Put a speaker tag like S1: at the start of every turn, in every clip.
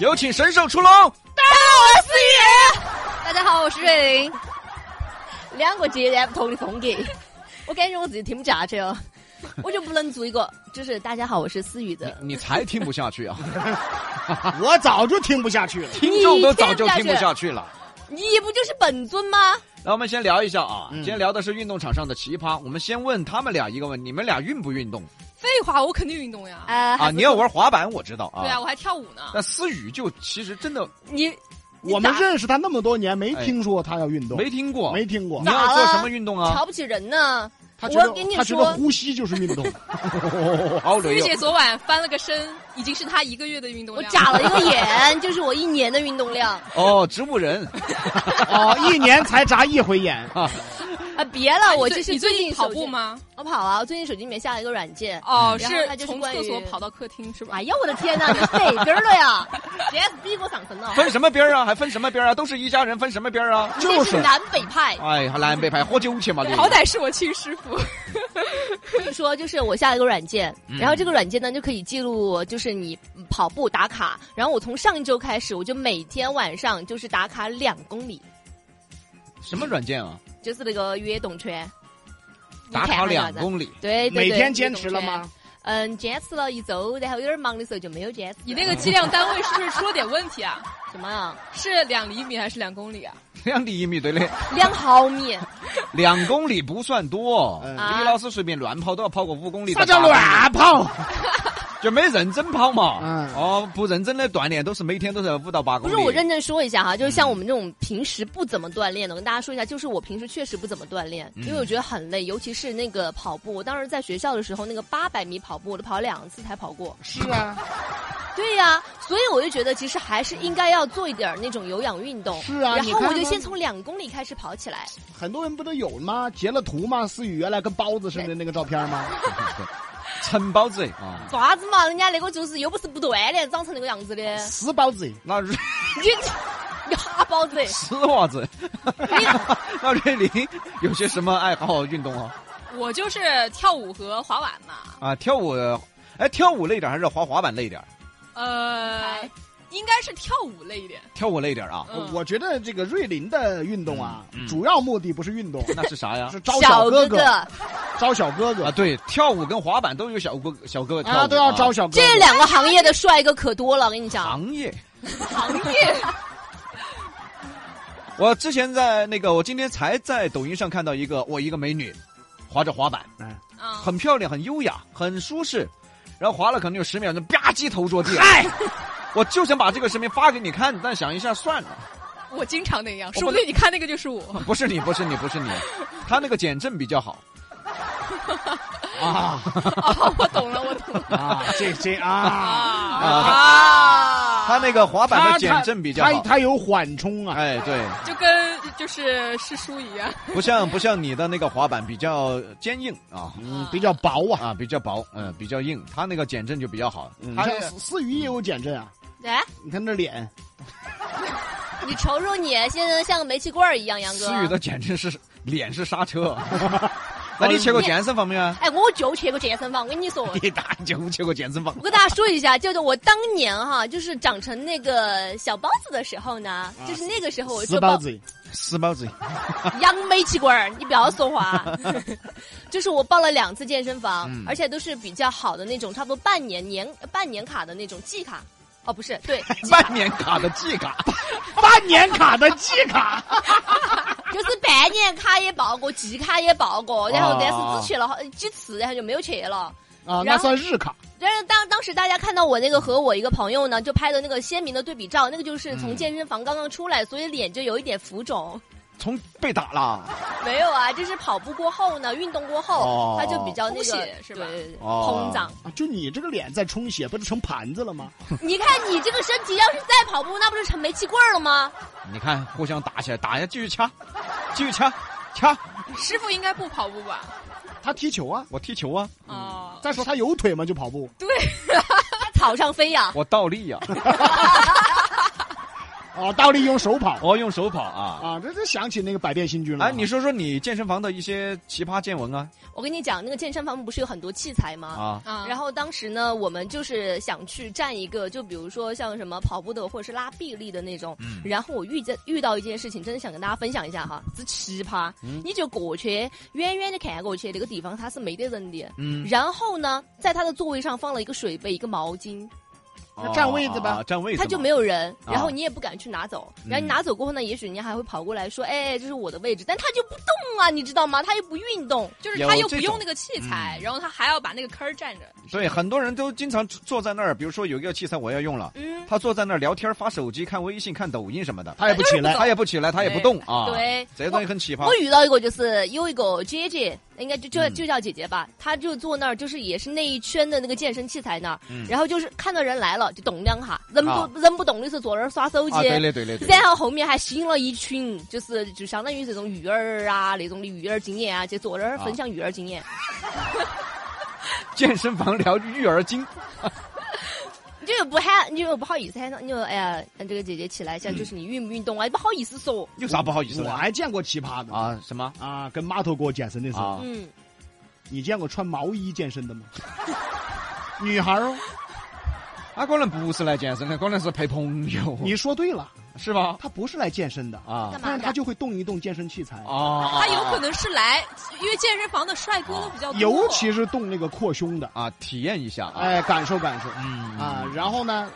S1: 有请神兽出笼！
S2: 我思雨。大家好，我是瑞玲。两个截然不同的风格，我感觉我自己听不下去了，我就不能做一个就是大家好，我是思雨的。
S1: 你才听不下去啊！
S3: 我早就听不下去了。
S1: 听众都早就听不下去了。
S2: 你不就是本尊吗？
S1: 那我们先聊一下啊，
S3: 嗯
S1: 今天聊的是运动场上的奇葩。我们先问他们俩一个问：你们俩运不运动
S4: 废话，我肯定运动呀。
S2: 呃，还
S1: 啊？
S2: 不
S1: 你有玩滑板，我知道
S4: 对啊，
S1: 啊。
S4: 我还跳舞呢。
S1: 但思雨就其实真的
S2: 你
S3: 我们
S2: 咋
S3: 认识他那么多年，没听说他要运动，
S1: 哎没听过。
S3: 没听过
S1: 你。要
S2: 咋
S1: 做
S2: 了
S1: 什么运动啊？
S2: 瞧不起人呢？
S3: 他觉得
S2: 我跟你
S3: 他觉
S2: 说
S3: 得呼吸就是 运动。
S1: 哦，
S4: 思雨
S1: 对
S4: 姐昨晚翻了个身，已经是她一个月的运
S2: 哎
S4: 动
S2: 我
S4: 量。
S2: 眨了一个眼，就是我一年的运动量
S1: 哦，植物人。
S3: 哦，一年才眨一回眼。
S2: 啊！别了，我
S4: 哎你
S2: 就
S4: 最
S2: 是
S4: 你最
S2: 近
S4: 近
S2: 手
S4: 跑
S2: 机
S4: 步？吗？
S2: 我跑啊，我最近手机里面下了一个软件。
S4: 哦，
S2: 然
S4: 是
S2: 后它就是
S4: 从
S2: 关于
S4: 厕所跑到客厅是吧
S2: 哎？呀，我的天哪，你哪根儿了呀？ 直接逼我上身了。
S1: 分什么边儿啊？还分什么边儿啊？都是一家人，分什么边儿啊？
S2: 这
S3: 就是
S2: 是南北派。
S1: 哎，还南北派喝酒去
S2: 啊
S1: 嘛？你
S4: 好歹是我亲师 傅。
S2: 所以说，就是我下了一个软件，
S1: 嗯
S2: 然后这个软件呢就可以记录，就是你跑步打卡。然后我从上一周开始，我就每天晚上就是打卡两公里，
S1: 什么软件啊？
S2: 就是那个运动圈。
S1: 打卡两
S2: 里。
S1: 公里。
S2: 哎对对
S3: 每
S2: 对，
S3: 天坚持了
S2: 运动圈？
S3: 吗？
S2: 嗯，坚持了一周，然后有点忙的时候就没有坚持。
S4: 你那个计量单位是不是出了点问题啊？
S2: 什么啊？
S4: 是两厘米还是两公里啊？
S1: 两厘米对的，
S2: 两毫米？
S1: 两公里不算多。
S3: 嗯
S2: 啊
S1: 李老师随便乱跑都要跑个五公里。
S3: 啥叫乱？跑？
S1: 就没认真跑嘛。
S3: 嗯
S1: 哦，不认真的锻炼都是每天都在五到八公
S2: 不
S1: 里。
S2: 是，我认真说一下哈，就是
S3: 嗯
S2: 像我们这种平时不怎么锻炼的，我跟大家说一下，就是我平时确实不怎么锻炼，
S1: 嗯
S2: 因为我觉得很累，尤其是那个跑步。我当时在学校的时候，那个八百米跑步，我都跑两次才跑过。
S3: 是啊，
S2: 对呀、所以我就觉得其实还是应该要做一点那种有氧运动。
S3: 是啊。
S2: 然
S3: 你
S2: 后
S3: 看
S2: 我就
S3: 看
S2: 先从两公里开始跑起来，
S3: 很多人不都有吗？截了图吗？思雨原来跟包子似的那个照片吗？
S1: 陈包子啊，
S2: 做啥子嘛？人家那个就是又不是不锻炼，长成那个样子的，
S3: 死包子，
S1: 那瑞，
S2: 你你哈包子
S1: 丝袜子， 那瑞林有些什么爱好运动啊？
S4: 我就是跳舞和滑板嘛。
S1: 啊，跳舞，哎，跳舞累点还是滑滑板累点？
S4: 呃
S2: 还，
S4: 应该是跳舞累一点。
S1: 跳舞累点啊？
S4: 嗯
S3: 我觉得这个瑞林的运动啊
S1: 嗯嗯，
S3: 主要目的不是运动，
S1: 那是啥呀？
S3: 是 招
S2: 小
S3: 哥
S2: 哥，
S3: 招小哥哥
S1: 啊，对，跳舞跟滑板都有小哥小哥哥跳舞
S3: 啊，都要招小哥哥。
S2: 这两个行业的帅哥可多了，我跟你讲。
S1: 行业。
S2: 啊行业
S1: 我之前在那个，我今天才在抖音上看到一个，我一个美女，滑着滑板，
S4: 啊，
S1: 很漂亮，很优雅，很舒适，然后滑了可能有十秒钟，吧唧头着地。哎，我就想把这个视频发给你看，但想一下算了，
S4: 我经常那样，
S1: 不
S4: 说不定你看那个就 是我。
S1: 不是你，不是你，不是你，他那个减震比较好。
S3: 啊
S4: 哦，我懂了，我懂 了。
S3: 啊，这这啊，
S2: 啊
S1: 他那个滑板
S3: 他
S1: 的减震比较
S3: 他
S1: 好。
S3: 他有缓冲啊，
S1: 哎，对，
S4: 就跟就是师叔一样，
S1: 不像不像你的那个滑板比较坚硬啊
S3: 嗯，比较薄啊。
S1: 啊，比较薄，嗯、比较硬，他那个减震就比较好。
S3: 你
S1: 他
S3: 像思思雨也有减震啊，
S2: 哎，
S3: 你看这脸，
S2: 你瞅瞅你，现在像个煤气罐儿一样，杨哥。
S1: 思雨的减震是脸是刹 车。那你去过健身房没有？啊
S2: 哎，我就去过健身房，我跟你说，
S1: 哎你大舅去过健身房
S2: 我？跟大家说一下，就是我当年哈，就是长成那个小包子的时候呢，
S3: 啊
S2: 就是那个时候我
S3: 死
S2: 就
S3: 包
S2: 抱
S3: 子，
S1: 死包子。
S2: 养煤气罐儿，你不要说 话。 就是我报了两次健身房，
S1: 嗯
S2: 而且都是比较好的那种，差不多半年年半年卡的那种季卡。哦，不是， 对，季卡
S1: 半年卡的季卡，
S3: 半年卡的季 卡，
S2: 就是半年卡也报过，季卡也报过，然后但
S1: 啊
S2: 是只去了好几次，然后就没有去了。
S3: 啊，
S2: 然
S3: 那
S2: 后
S3: 算日卡。
S2: 但是当当时大家看到我那个和我一个朋友呢，就拍的那个鲜明的对比照，那个就是从健身房刚刚出来，所以脸就有一点浮肿。
S1: 从被打了。
S2: 没有啊，就是跑步过后呢，运动过
S1: 哦
S2: 后，它就比较那
S4: 充
S2: 个
S4: 血是吧
S2: 对对对
S1: 哦
S2: 膨胀。
S3: 啊就你这个脸在充血，不是成盘子了吗？
S2: 你看你这个身体，要是再跑步，那不是成煤气棍了吗？
S1: 你看，互相打起来，打呀，继续掐，继续掐，掐。
S4: 师傅应该不跑步吧？
S3: 他踢球啊，
S1: 我踢球啊，
S4: 哦，
S3: 再说他有腿吗？就跑步。
S4: 对，
S1: 啊
S2: 在草上飞呀、
S1: 我倒立呀、
S3: 哦，倒立用手跑
S1: 哦，用手跑啊。
S3: 啊，这这想起那个百变星君 了。
S1: 哎，你说说你健身房的一些奇葩见闻啊
S2: 我跟你讲，那个健身房不是有很多器材吗？
S1: 啊！
S4: 啊，
S2: 然后当时呢，我们就是想去站一个，就比如说像什么跑步的或者是拉臂力的那种。
S1: 嗯
S2: 然后我遇见遇到一件事情，真的想跟大家分享一下哈，这奇葩。
S1: 嗯
S2: 你就过去，远远的看过去，那个地方它是没得人的。
S1: 嗯，
S2: 然后呢，在他的座位上放了一个水杯、一个毛巾，
S1: 哦
S4: 占位子吧
S1: 啊占位子嘛，
S2: 他就没有人，
S1: 啊嗯
S2: 然后你也不敢去拿走。然后你拿走过后呢，也许人家还会跑过来说：“哎，这是我的位置。”但他就不动啊，你知道吗？他又不运动。
S4: 就是
S1: 有
S4: 他又
S1: 这
S4: 不用
S1: 种
S4: 那个器材
S1: 嗯，
S4: 然后他还要把那个坑儿占着。
S1: 对，很多人都经常坐在那儿，比如说有一个器材我要用了，
S2: 嗯，
S1: 他坐在那儿聊天、发手机、看微信、看抖音什么的，
S3: 他也不起来，
S1: 他也不起来，他也不动啊。
S2: 对
S1: 这些东西很奇葩
S2: 我。遇到一个就是有一个姐姐，应该就就
S1: 嗯
S2: 就叫姐姐吧，她就坐那儿，就是也是那一圈的那个健身器材那儿，
S1: 嗯
S2: 然后就是看到人来了就动两下，人不、
S1: 啊
S2: 人不动的时候坐那儿刷手机。
S1: 啊，对嘞，对嘞，对嘞
S2: 然。后后面还吸引了一群，就是就相当于这种育儿啊那种的育儿经验啊，就坐那儿分享育儿经验。
S1: 健身房聊育儿经，
S2: 你就不喊，你就不好意思喊他，你就哎呀，让这个姐姐起来一下，
S1: 嗯
S2: 就是你运不运动啊？你不好意思说，
S1: 有啥不好意思
S3: 我
S1: 的
S3: 还见过奇葩的啊
S1: 啊？什么
S3: 啊，跟码头哥健身的时候，
S1: 啊？
S2: 嗯，
S3: 你见过穿毛衣健身 的吗？女孩儿哦，
S1: 他啊可能不是来健身的，可能是陪朋友，
S3: 你说对了，
S1: 是吧？
S3: 她不是来健身的，
S1: 啊
S2: 干嘛
S3: 但是她就会动一动健身器材，
S1: 啊，
S4: 嗯他有可能是来，因为健身房的帅哥都比较哦
S1: 哦
S4: 多，
S3: 尤其是动那个扩胸的，
S1: 啊，体验一下啊，
S3: 哎，感受感受
S1: 嗯
S3: 啊。然后呢，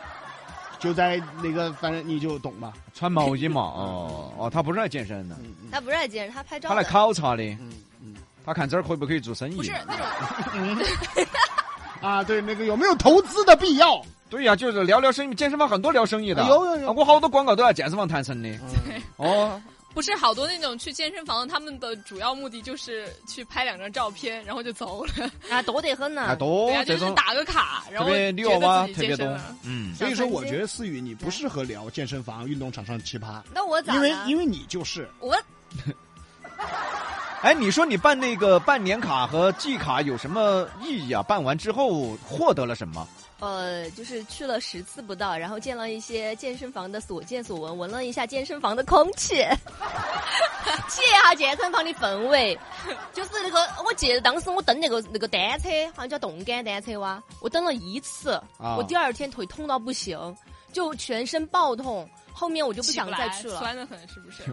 S3: 就在那个，反正你就懂吧。
S1: 穿毛衣嘛，哦哦，他不是来健身的，
S3: 嗯嗯
S2: 他不是来见人，他拍照
S1: 他来
S2: 的。
S1: 考察的，
S3: 嗯嗯
S1: 他看这儿可不可以做生
S4: 不
S1: 意
S4: 是？那种
S3: 嗯 啊，对，那个有没有投资的必要？
S1: 对呀，就是聊聊生意，健身房很多聊生意的，
S3: 有有有
S1: 啊我好多广告都要健身房谈成的，哦，
S4: 不是好多那种去健身房，他们的主要目的就是去拍两张照片，然后就走了，
S2: 啊，多得很
S1: 还
S2: 呢。
S1: 多
S4: 对啊，
S1: 哦这
S4: 就是
S1: 种
S4: 打个卡，然
S1: 特
S4: 后
S1: 别
S4: 觉
S1: 女娃娃
S4: 得自
S1: 特别
S4: 己健身
S1: 多
S4: 了。，
S1: 嗯，
S3: 所以说，我觉
S2: 得
S3: 得思雨你不适合聊健身房、运动场上的奇葩，
S2: 那我咋
S3: 因
S2: 了？
S3: 为因为你就是
S2: 我
S1: 哎，你说你办那个办年卡和季卡有什么意义啊？办完之后获得了什么？
S2: 呃，就是去了十次不到，然后见了一些健身房的所见所闻，闻了一下健身房的空气， 去一下健身房的氛围。就是那个，我记得当时我蹬那个那个单车，好像叫动感单车哇，我蹬了一次，
S1: 啊
S2: 我第二天腿痛到不行，就全身爆痛。后面我就不
S4: 起
S2: 想
S4: 来
S2: 再去了，
S4: 酸的很，是不是？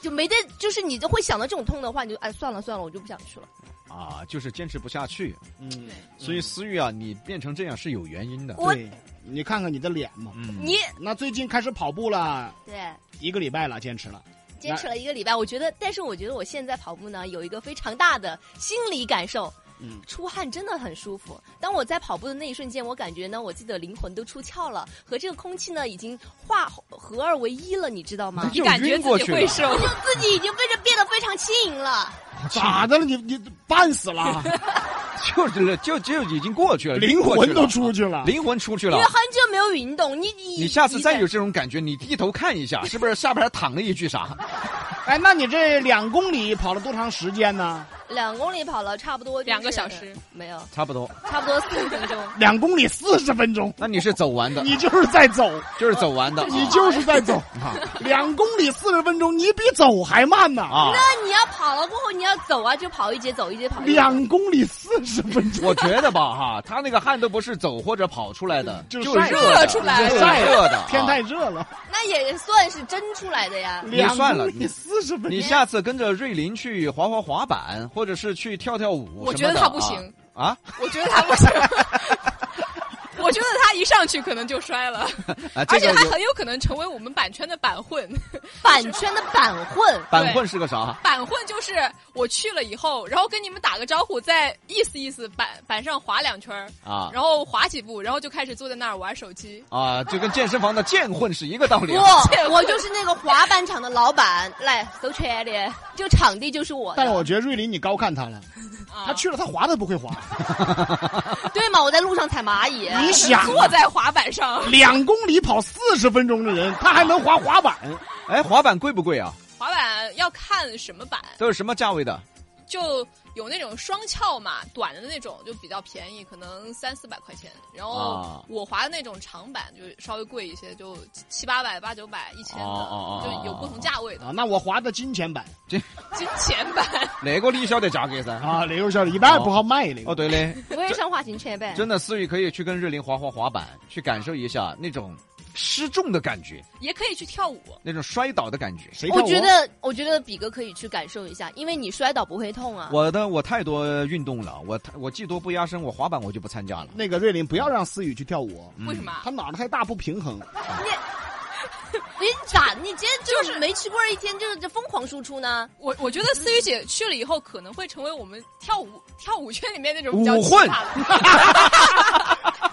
S2: 就没得，就是你就会想到这种痛的话，你就哎算了算了，我就不想去了。
S1: 啊，就是坚持不下去。
S3: 嗯，
S1: 所以思域啊，你变成这样是有原因的。
S2: 我
S3: 对，你看看你的脸嘛。
S1: 嗯，
S2: 你
S3: 那最近开始跑步了，
S2: 对。
S3: 一个礼拜了，坚持了。
S2: 坚持了一个礼拜，我觉得，但是我觉得我现在跑步呢，有一个非常大的心理感受，
S3: 嗯
S2: 出汗真的很舒服。当我在跑步的那一瞬间，我感觉呢，我自己的灵魂都出窍了，和这个空气呢已经化合二为一了，你知道吗？
S1: 就
S4: 你感觉
S1: 晕过
S4: 自
S1: 去
S4: 己
S1: 了
S4: 会瘦，
S2: 就自己已经被这变得非常轻盈了。
S3: 咋的了？你你半死了，
S1: 就是就就已经过去了，
S3: 灵魂都
S1: 去
S3: 出去了
S1: 了，。灵魂出去
S2: 因
S1: 了
S2: 为。很久没有运动，你啊你
S1: 你下次再有这种感觉，你低头看一下，是不是下边还躺了一句啥？
S3: 哎，那你这两公里跑了多长时间呢？
S2: 两公里跑了差不多就是
S4: 两个小时，
S2: 没有，
S1: 差不多。
S2: 差不多四十分钟。
S3: 两公里四十分钟，
S1: 那你是走完的，
S3: 你就是在走，
S1: 就是走完的啊。
S3: 你就是在走。
S1: 啊
S3: 两公里四十分钟，你比走还慢呢！
S1: 啊！
S2: 那你要跑了过后，你要走啊，就跑一节走一节跑一节。
S3: 两公里四十分钟，
S1: 我觉得吧，哈，他那个汗都不是走或者跑出来的，
S3: 就是晒
S1: 热
S4: 热
S1: 的
S4: 出
S2: 哎
S4: 来
S1: 就是
S3: 晒
S1: 热的。
S3: 天
S1: 啊
S3: 太热了。
S2: 那也算是蒸出来的呀。
S1: 你算了
S3: 两公里四十 分
S1: 你
S3: 钟，哎
S1: 下次跟着瑞林去滑滑滑板，或者是去跳跳舞什么的。
S4: 我觉得他不行
S1: 啊
S4: 我觉得他不行。我觉得他一上去可能就摔了，
S1: 啊啊！这
S4: 而且
S1: 个
S4: 他
S1: 有
S4: 很有可能成为我们版圈的版混。
S2: 板圈的板混，
S1: 板混是个啥？啊
S4: 版混就是我去了以后，然后跟你们打个招呼，再意思意思板板上滑两圈儿，
S1: 啊
S4: 然后滑几步，然后就开始坐在那儿玩手机。
S1: 啊，就跟健身房的健混是一个道理啊。
S2: 我我就是那个滑板场的老板，来收钱的，这个场地就是我
S3: 但是
S2: 的，
S3: 我觉得瑞林你高看他了，
S4: 啊，
S3: 他去了他滑都不会滑，
S2: 对嘛？我在路上踩蚂蚁，
S3: 你想啊
S4: 坐在滑板上，
S3: 两公里跑四十分钟的人，他还能滑滑板，
S1: 哎，滑板贵不贵啊？
S4: 滑板要看什么板，
S1: 都是什么价位的？
S4: 就有那种双翘码短的那种就比较便宜，可能三四百块钱。然后
S1: 啊
S4: 我滑的那种长版就稍微贵一些，就七七八百、八九百、一千的，
S1: 哦哦哦哦
S4: 就有不同价位的。
S3: 啊，那我划的金钱版
S4: 金钱版
S1: 那个你晓得价格噻？啊，
S3: 啊，那个晓得一般不好买那
S1: 哦
S3: 个。
S1: 对的，
S2: 我也想花金钱呗。
S1: 真的思雨可以去跟瑞林滑滑滑板，去感受一下那种失重的感觉，
S4: 也可以去跳舞，
S1: 那种摔倒的感觉。
S3: 谁看
S2: 我觉得，我觉得比哥可以去感受一下，因为你摔倒不会痛啊。
S1: 我的我太多运动了，我太我技多不压身，我滑板我就不参加了。
S3: 那个瑞林不要让思雨去跳舞，
S1: 嗯
S4: 为什么啊？
S3: 她脑袋太大不平衡。
S2: 你咋？你今天就是没去过一天，就是这疯狂输出呢？
S1: 嗯
S4: 我我觉得思雨姐去了以后，可能会成为我们跳舞 跳舞圈里面那种比较
S1: 舞
S4: 奇
S1: 混
S4: 葩的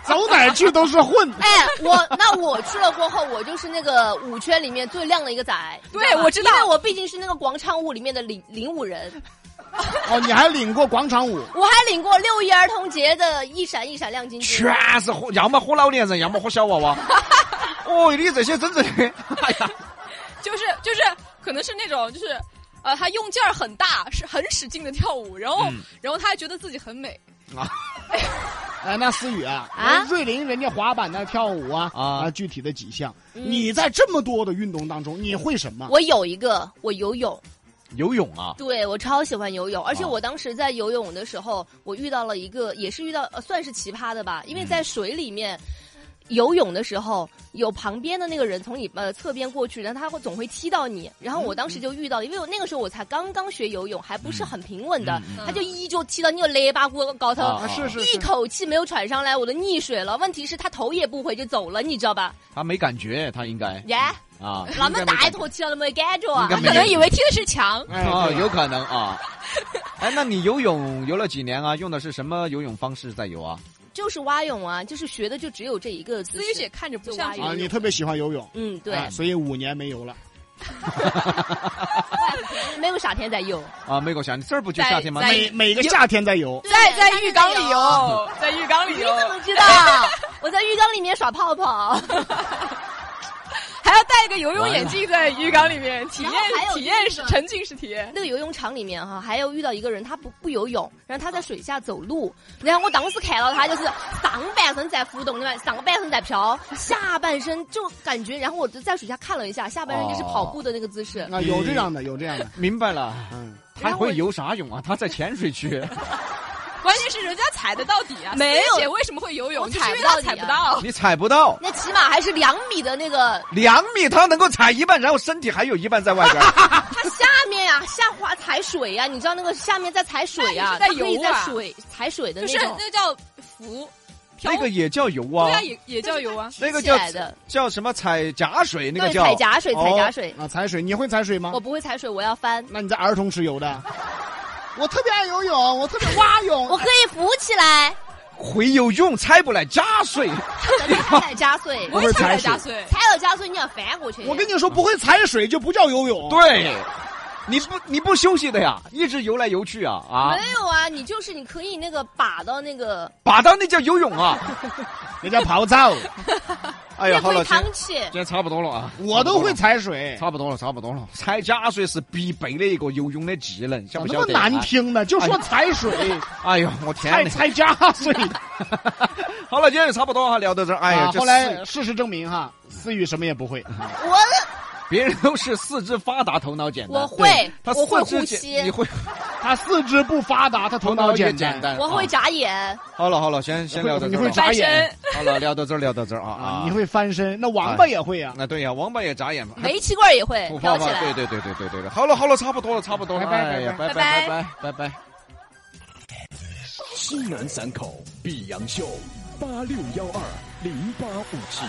S3: 走哪儿去都是混。
S2: 哎，我那我去了过后，我就是那个舞圈里面最靓的一个仔。
S4: 对
S2: 你吧
S4: 我知道
S2: 因为我毕竟是那个广场舞里面的领领舞人，
S3: 哦，你还领过广场舞？
S2: 我还领过六一儿童节的一闪一闪亮晶晶。
S1: 全是喝，要么喝老年人，要么喝小娃娃。哦，你这些真正的，哎呀，
S4: 就是就是可能是那种就是。呃，他用劲儿很大，是很使劲的跳舞，然后、
S1: 嗯
S4: 然后他还觉得自己很美，
S3: 哎，那思雨啊，
S2: 啊
S3: 人瑞林人家滑板那跳舞啊
S1: 啊
S3: 具体的几项，
S2: 嗯
S3: 你在这么多的运动当中，你会什么？
S2: 我有一个，我游泳，啊
S1: 游泳啊，
S2: 啊对我超喜欢游泳，而且
S1: 哦
S2: 我当时在游泳的时候，我遇到了一个也是遇到、呃、算是奇葩的吧，因为在水里面。游泳的时候，有旁边的那个人从你呃侧边过去，然后他会总会踢到你。然后我当时就遇到，因为我那个时候我才刚刚学游泳，还不是很平稳的，
S1: 嗯
S4: 嗯
S2: 他就一就踢到那个肋巴骨高头，
S1: 啊
S2: 一口气没有喘上来，我都溺水了。问题是，他头也不回就走了，你知道 吧？
S1: 他没感觉，他应该
S2: 耶、
S1: 啊，
S2: 那么大一
S1: 头
S2: 坨踢到那么感觉啊
S1: 应该！没
S4: 可能以为踢的是墙，
S3: 哎
S1: 啊，
S3: 对
S1: 有可能啊。哎，那你游泳游了几年啊？用的是什么游泳方式在游啊？
S2: 就是蛙泳啊，就是学的就只有这一个姿
S4: 思雨
S2: 势
S4: 姐。看着不像
S2: 就
S4: 是
S2: 蛙
S3: 啊，
S2: 泳
S3: 你特别喜欢游泳，
S2: 嗯，对，
S3: 哎所以五年没游了。
S2: 没有傻天在用。
S1: 啊，美国夏天这儿不就夏天吗？
S4: 在哎
S1: 那
S3: 每每个夏天在游，
S4: 在在浴缸里哦游， 在浴缸里
S2: 你
S4: 游，
S2: 怎么知道？我在浴缸里面耍泡泡，
S4: 还要戴一个游泳眼镜在浴缸里面体验
S2: 然后还有
S4: 体验
S2: 就是
S4: 式沉浸式体验。
S2: 那个游泳场里面哈、还有遇到一个人，他不不游泳，然后他在水下走路，然后我当时看到他就是上半身在浮动，对吧？上半身在飘，下半身就感觉，然后我就在水下看了一下，下半身就是跑步的那个姿势。
S3: 啊，有这样的，有这样的，
S1: 明白了，
S3: 嗯，
S1: 他会游啥泳啊？他在浅水区，
S4: 关键是人家踩得到底啊！
S2: 没有
S4: 思雨姐为什么会游
S2: 我
S4: 泳？就是
S2: 踩
S4: 因
S2: 不
S4: 为
S2: 到
S4: 她
S2: 底啊
S4: 踩不到。
S1: 你踩不到
S2: 那起码还是两米的那个，
S1: 两米，他能够踩一半，然后身体还有一半在外边。
S2: 它下面呀、下滑踩水呀、你知道那个下面在踩水呀、
S4: 那你是
S2: 它
S4: 在
S2: 可以
S4: 游啊
S2: 在水踩水的
S4: 就
S2: 那
S4: 是
S2: 种，
S4: 那叫浮，漂
S1: 那个也叫游啊
S4: 对，啊，也也叫游啊。
S1: 那个
S2: 起
S1: 叫
S2: 来的，
S1: 叫什么踩假水，那个
S2: 对，
S1: 叫哦
S2: 踩假水，踩假水。
S3: 啊，踩水，你会踩水吗
S2: 我？不会踩水，我要翻，
S3: 那你在儿童池游的？我特别爱游泳，我特别蛙
S1: 哦
S3: 泳
S2: 我可以浮起 来，
S1: 会游泳，踩不来假水。
S2: 哦踩踩加穗，
S3: 不
S4: 我
S3: 会
S4: 也踩
S3: 踩水
S4: 不到加穗，
S2: 踩有加穗你要翻过去。
S3: 我跟你说，不会踩水就不叫游泳。，
S1: 对，你不你不休息的呀，一直游来游去啊啊，
S2: 没有啊，你就是你可以那个把到那个，
S1: 把到那叫游泳啊！
S3: 那叫跑 操。
S1: 哎呀，
S2: 那
S1: 好
S2: 会
S1: 了，今
S2: 趟
S1: 天
S2: 起。
S1: 今天差不多了啊，
S3: 我都会踩水，
S1: 差不多了，差不多了。踩假水是必备的一个游泳的技能，晓
S3: 怎
S1: 不
S3: 么
S1: 晓
S3: 那
S1: 得？
S3: 么难听呢？就说踩水，
S1: 啊哎呦，我 天
S3: 踩
S1: 哪！
S3: 踩加水。
S1: 好了，今天就差不多哈，聊到这儿。 哎呀，
S3: 啊
S1: 这
S3: 后
S1: 四啊
S3: 来事实证明哈，思雨什么也不会。
S2: 我
S1: 别人都是四肢发达，头脑简单。
S2: 我会
S1: 对，他
S2: 我会
S1: 四肢
S2: 呼
S1: 简
S2: 吸
S1: 你，会
S3: 他四肢不发达，他头脑
S1: 也
S3: 简单。
S1: 简单。
S2: 我会
S1: 啊。
S2: 眨眼，
S1: 好了好了，先先聊到
S3: 你
S1: 这
S3: 会
S1: 儿
S3: 眨
S1: 了。
S4: 翻
S3: 眼
S4: 身。
S1: 好了，聊到这儿，聊到这儿啊
S3: 啊
S1: 啊！！
S3: 你会翻身，那王八也会啊。
S1: 啊？对呀，王八也眨眼嘛。
S2: 煤气罐也会
S1: 嗯不怕
S2: 飘起
S1: 吧？对
S2: 来。
S1: 对对对对对对，好了好了，差不多了差不多了，
S3: 拜拜
S1: 哎呀拜拜
S4: 拜拜
S1: 拜拜拜拜。
S5: 西南散口碧阳秀八六幺二零八五七。